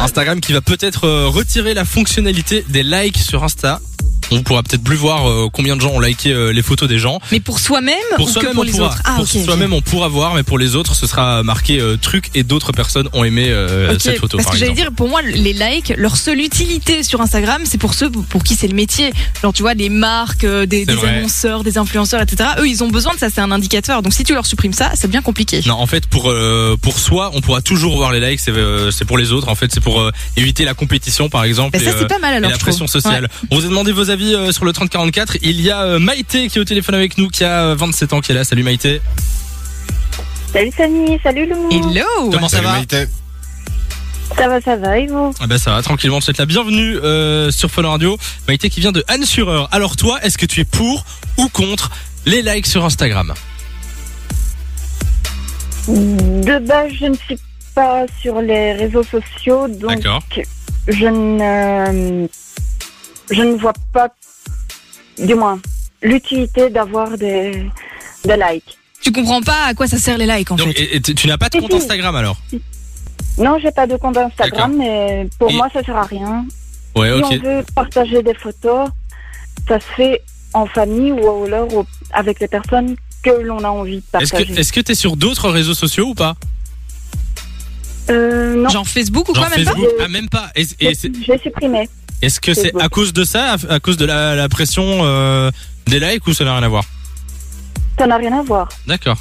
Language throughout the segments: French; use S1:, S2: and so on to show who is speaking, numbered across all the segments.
S1: Instagram qui va peut-être euh, retirer la fonctionnalité des likes sur Insta. On pourra peut-être plus voir euh, combien de gens ont liké euh, les photos des gens.
S2: Mais pour soi-même
S1: Pour
S2: ou que
S1: soi-même,
S2: pour
S1: on
S2: les
S1: pourra.
S2: autres Ah,
S1: pour
S2: ok. ok.
S1: soi-même, on pourra voir, mais pour les autres, ce sera marqué euh, truc et d'autres personnes ont aimé euh,
S2: Ok,
S1: cette photo.
S2: parce
S1: par
S2: que j'allais
S1: exemple.
S2: dire, pour moi, les likes, leur seule utilité sur Instagram, c'est pour ceux pour qui c'est le métier. Genre, tu vois, des marques, euh, des,
S1: C'est
S2: des
S1: vrai.
S2: annonceurs, des influenceurs, etc. Eux, ils ont besoin de ça, c'est un indicateur. Donc, si tu leur supprimes ça, c'est bien compliqué.
S1: Non, en fait, pour euh, pour soi, on pourra toujours voir les likes. C'est euh, c'est pour les autres. En fait, c'est pour euh, éviter la compétition, par exemple.
S2: Bah,
S1: et,
S2: ça,
S1: euh,
S2: c'est pas mal
S1: et
S2: alors.
S1: la
S2: je trouve.
S1: pression sociale. On vous a demandé vos avis euh, sur le 3044. Il y a euh, Maïté qui est au téléphone avec nous, qui a euh, 27 ans, qui est là. Salut Maïté.
S3: Salut Samy, salut le
S2: Ouais.
S3: monde.
S2: Hello!
S1: Comment ça
S4: Salut
S1: va
S4: Maïté.
S3: Ça va, ça va, et vous
S1: Ah bah ça va tranquillement. Je te souhaite la bienvenue euh, sur Fun Radio. Maïté qui vient de Anne Sureur. Alors toi, est-ce que tu es pour ou contre les likes sur Instagram
S3: De base, je ne suis pas sur les réseaux sociaux, donc
S1: D'accord.
S3: je ne, je ne vois pas, du moins, l'utilité d'avoir des, des likes.
S2: Tu comprends pas à quoi ça sert les likes en
S1: Donc
S2: fait.
S1: et- et tu tu n'as pas de
S3: Si,
S1: compte
S3: si.
S1: Instagram alors
S3: Non, j'ai pas de compte Instagram, mais pour
S1: Et-
S3: moi, ça sert à rien.
S1: Ouais,
S3: Si
S1: ok.
S3: on veut partager des photos, ça se fait en famille ou alors au- avec les personnes que l'on a envie de
S1: Est-ce que
S3: partager.
S1: est-ce que t'es sur d'autres réseaux sociaux ou pas
S3: Euh, non,
S2: Genre Facebook ou
S1: Genre
S2: quoi, même pas?
S1: Facebook Ah même pas. Et- et c'est-
S3: j'ai supprimé.
S1: Est-ce que c'est à cause de ça, à à cause de la, la pression euh, des likes ou ça n'a rien à voir
S3: Ça n'a rien à voir.
S1: D'accord.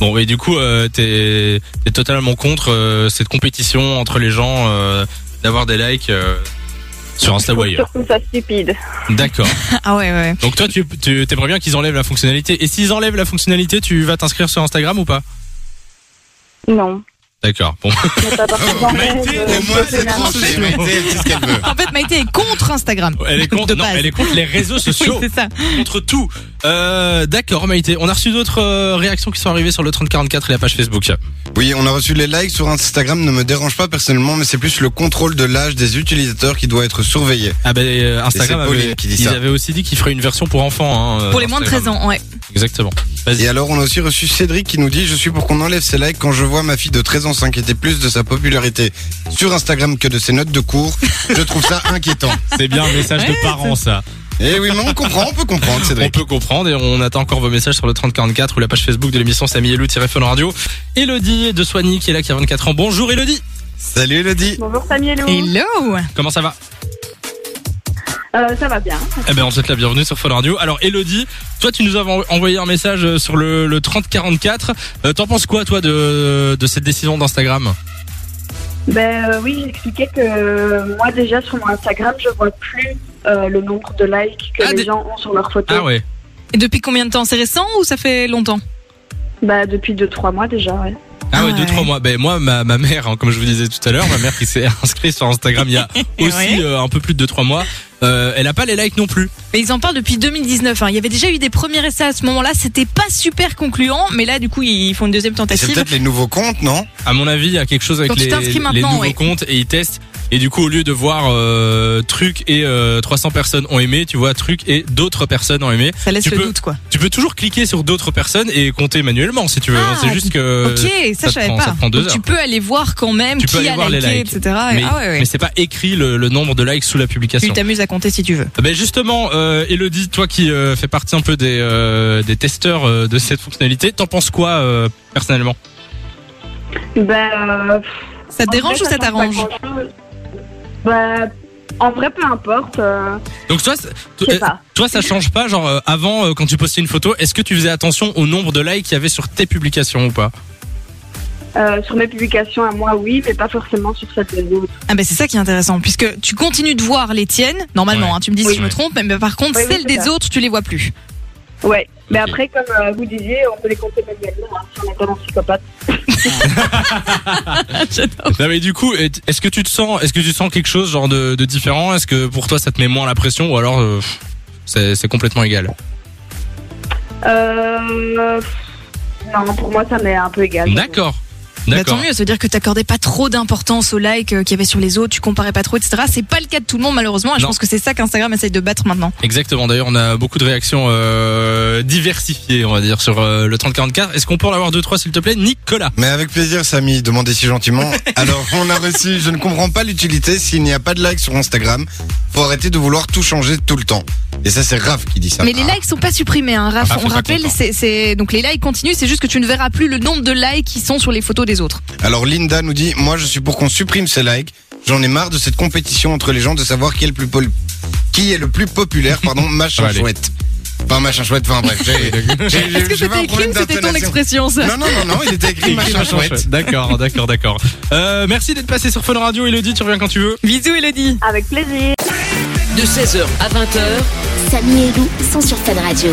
S1: Bon, et du coup, euh, t'es t'es totalement contre euh, cette compétition entre les gens euh, d'avoir des likes euh, sur Insta ou
S3: Je
S1: ailleurs.
S3: trouve ça stupide.
S1: D'accord.
S2: Ah ouais, ouais.
S1: Donc toi, tu, tu t'aimerais bien qu'ils enlèvent la fonctionnalité. Et s'ils enlèvent la fonctionnalité, tu vas t'inscrire sur Instagram ou pas
S3: Non.
S1: D'accord. Bon.
S3: Mais pas parce que j'en ai,
S1: Maïté,
S3: euh,
S4: Ah, Mais moi,
S3: je
S4: c'est
S3: n'ai-
S4: tranché, Maïté, elle dit ce qu'elle veut.
S2: En fait, Maïté est contre Instagram.
S1: Euh. Elle est contre.
S2: De
S1: Non,
S2: base.
S1: elle est contre les réseaux
S2: Oui,
S1: sociaux.
S2: c'est ça.
S1: contre tout. Euh, D'accord, Maïté. On a reçu d'autres euh, réactions qui sont arrivées sur le 3044 et la page Facebook.
S4: Oui, on a reçu les likes sur Instagram, ne me dérange pas personnellement, mais c'est plus le contrôle de l'âge des utilisateurs qui doit être surveillé.
S1: Ah ben euh, Instagram
S4: Et c'est Pauline
S1: avait-
S4: qui dit
S1: ils
S4: ça.
S1: avaient aussi dit qu'ils feraient une version pour enfants. hein, euh,
S2: Pour les moins de
S1: Instagram.
S2: 13 ans, ouais.
S1: Exactement. Vas-y.
S4: Et alors, on a aussi reçu Cédric qui nous dit Je suis pour qu'on enlève ses likes quand je vois ma fille de 13 ans s'inquiéter plus de sa popularité sur Instagram que de ses notes de cours. Je trouve ça inquiétant.
S1: C'est bien un message de parents ça.
S4: Et oui, mais on comprend, on peut comprendre,
S1: On
S4: Cédric.
S1: peut comprendre et on attend encore vos messages sur le 3044 ou la page Facebook de l'émission Samy Elou-Fun Radio. Elodie de Soigny qui est là qui a 24 ans. Bonjour Elodie.
S4: Salut Elodie.
S3: Bonjour Samy et Lou.
S2: Hello!
S1: Comment ça va
S3: Euh, ça va bien.
S1: Eh ben on te souhaite la bienvenue sur Fun Radio. Alors Elodie, toi tu nous as env- envoyé un message euh, sur le, le 3044. Euh, T'en penses quoi toi de, de cette décision d'Instagram
S3: Ben euh, oui, j'expliquais que euh, moi déjà sur mon Instagram, je vois plus euh, le nombre de likes que
S1: Ah,
S3: les
S1: des-
S3: gens ont sur leurs photos.
S1: Ah ouais.
S2: Et depuis combien de temps? C'est récent ou ça fait longtemps?
S3: Bah depuis 2-3 mois déjà, ouais.
S1: Ah
S2: Ah
S1: ouais, deux
S2: ouais.
S1: trois mois. Ben moi, ma, ma mère, hein, comme je vous disais tout à l'heure, ma mère qui s'est inscrite sur Instagram il y a aussi
S2: Ouais.
S1: euh, un peu plus de deux trois mois. euh, elle a pas les likes non plus.
S2: Mais ils en parlent depuis 2019. hein. Il y avait déjà eu des premiers essais à ce moment-là. C'était pas super concluant, mais là, du coup, ils font une deuxième
S4: Et C'est
S2: tentative.
S4: peut-être les nouveaux comptes, non
S1: À mon avis, il y a quelque chose avec
S2: Quand tu
S1: les,
S2: t'inscris
S1: les
S2: maintenant,
S1: nouveaux
S2: ouais.
S1: comptes et ils testent. Et du coup, au lieu de voir euh, truc et euh, 300 personnes ont aimé, tu vois truc et d'autres personnes ont aimé.
S2: Ça laisse
S1: Tu
S2: le
S1: peux-
S2: doute, quoi.
S1: Tu peux toujours cliquer sur d'autres personnes et compter manuellement si tu veux. hein.
S2: Ah,
S1: C'est juste que
S2: ok, ça,
S1: ça
S2: je savais
S1: prend-
S2: pas.
S1: ça prend deux
S2: Donc, tu
S1: heures.
S2: peux aller voir quand même
S1: Tu peux
S2: qui
S1: aller
S2: a
S1: voir les
S2: liké,
S1: likes.
S2: etc.
S1: mais,
S2: ah ouais, ouais.
S1: mais c'est pas écrit le, le nombre de likes sous la publication.
S2: Tu t'amuses à compter si tu veux.
S1: Ben justement, euh, Elodie, toi qui euh, fais partie un peu des, euh, des testeurs euh, de cette fonctionnalité, t'en penses quoi euh, personnellement
S3: Ben euh,
S2: Ça te
S3: en
S2: dérange
S3: vrai,
S2: ou ça
S3: change pas
S2: t'arrange
S3: grand-chose. Ben en vrai, peu importe. euh,
S1: Donc toi, c'est-
S3: je
S1: euh,
S3: sais pas.
S1: toi ça change pas genre euh, avant euh, quand tu postais une photo, est-ce que tu faisais attention au nombre de likes qu'il y avait sur tes publications ou pas
S3: Euh, sur mes publications à moi, oui, mais pas forcément sur celles des autres.
S2: Ah ben c'est ça qui est intéressant, puisque tu continues de voir les tiennes, normalement,
S1: Ouais.
S2: hein, tu me dis
S1: Oui.
S2: si je me trompe, mais par contre,
S3: Oui, oui,
S2: celles
S3: c'est
S2: des
S3: ça.
S2: autres, tu les vois plus.
S3: Ouais. Mais
S1: Ok.
S3: après, comme euh, vous disiez, on peut les compter manuellement hein, si on est comme un psychopathe.
S2: Oh.
S1: Non mais du coup, est- est-ce que tu te sens est-ce que tu sens quelque chose genre de, de différent Est-ce que pour toi ça te met moins la pression ou alors euh, pff, c'est c'est complètement égal
S2: Ah,
S3: Euh, non, pour moi, ça m'est un peu égal.
S1: D'accord.
S2: Bah, tant
S1: D'accord.
S2: mieux, ça veut dire que t'accordais pas trop d'importance aux likes euh, qu'il y avait sur les autres, tu comparais pas trop, etc. C'est pas le cas de tout le monde malheureusement, et je
S1: Non.
S2: pense que c'est ça qu'Instagram essaye de battre maintenant.
S1: Exactement. D'ailleurs, on a beaucoup de réactions euh, diversifiées, on va dire, sur euh, le 3044. Est-ce qu'on peut en avoir deux trois, s'il te plaît, Nicolas
S4: Mais avec plaisir, Samy, demandez si gentiment. Alors, on a reçu, je ne comprends pas l'utilité s'il n'y a pas de likes sur Instagram. Faut arrêter de vouloir tout changer tout le temps. Et ça, c'est Raph qui dit ça. Ah.
S2: Mais les likes sont pas supprimés, hein, Raph.
S4: bah,
S1: Raph est
S2: on
S1: pas
S2: rappelle,
S1: content.
S2: c'est, c'est- donc les likes continuent, c'est juste que tu ne verras plus le nombre de likes qui sont sur les photos des autres.
S4: Alors, Linda nous dit, moi, je suis pour qu'on supprime ces likes. J'en ai marre de cette compétition entre les gens de savoir qui est le plus, pol- qui est le plus populaire, pardon, machin
S1: Ah, allez.
S4: chouette. Enfin, machin chouette, enfin bref. j'ai- j'ai- j'ai-
S2: Est-ce que
S4: j'ai pas un
S2: c'était écrit
S4: problème
S2: ou c'était ton
S4: d'intonation.
S2: expression ça
S4: Non, non, non, non, il était écrit machin chouette.
S1: D'accord, d'accord, d'accord. Euh, merci d'être passé sur Fun Radio, Elodie. Tu reviens quand tu veux.
S2: Bisous Elodie.
S3: Avec plaisir.
S5: De 16h à 20h,
S6: Samy et Lou sont sur Fan Radio.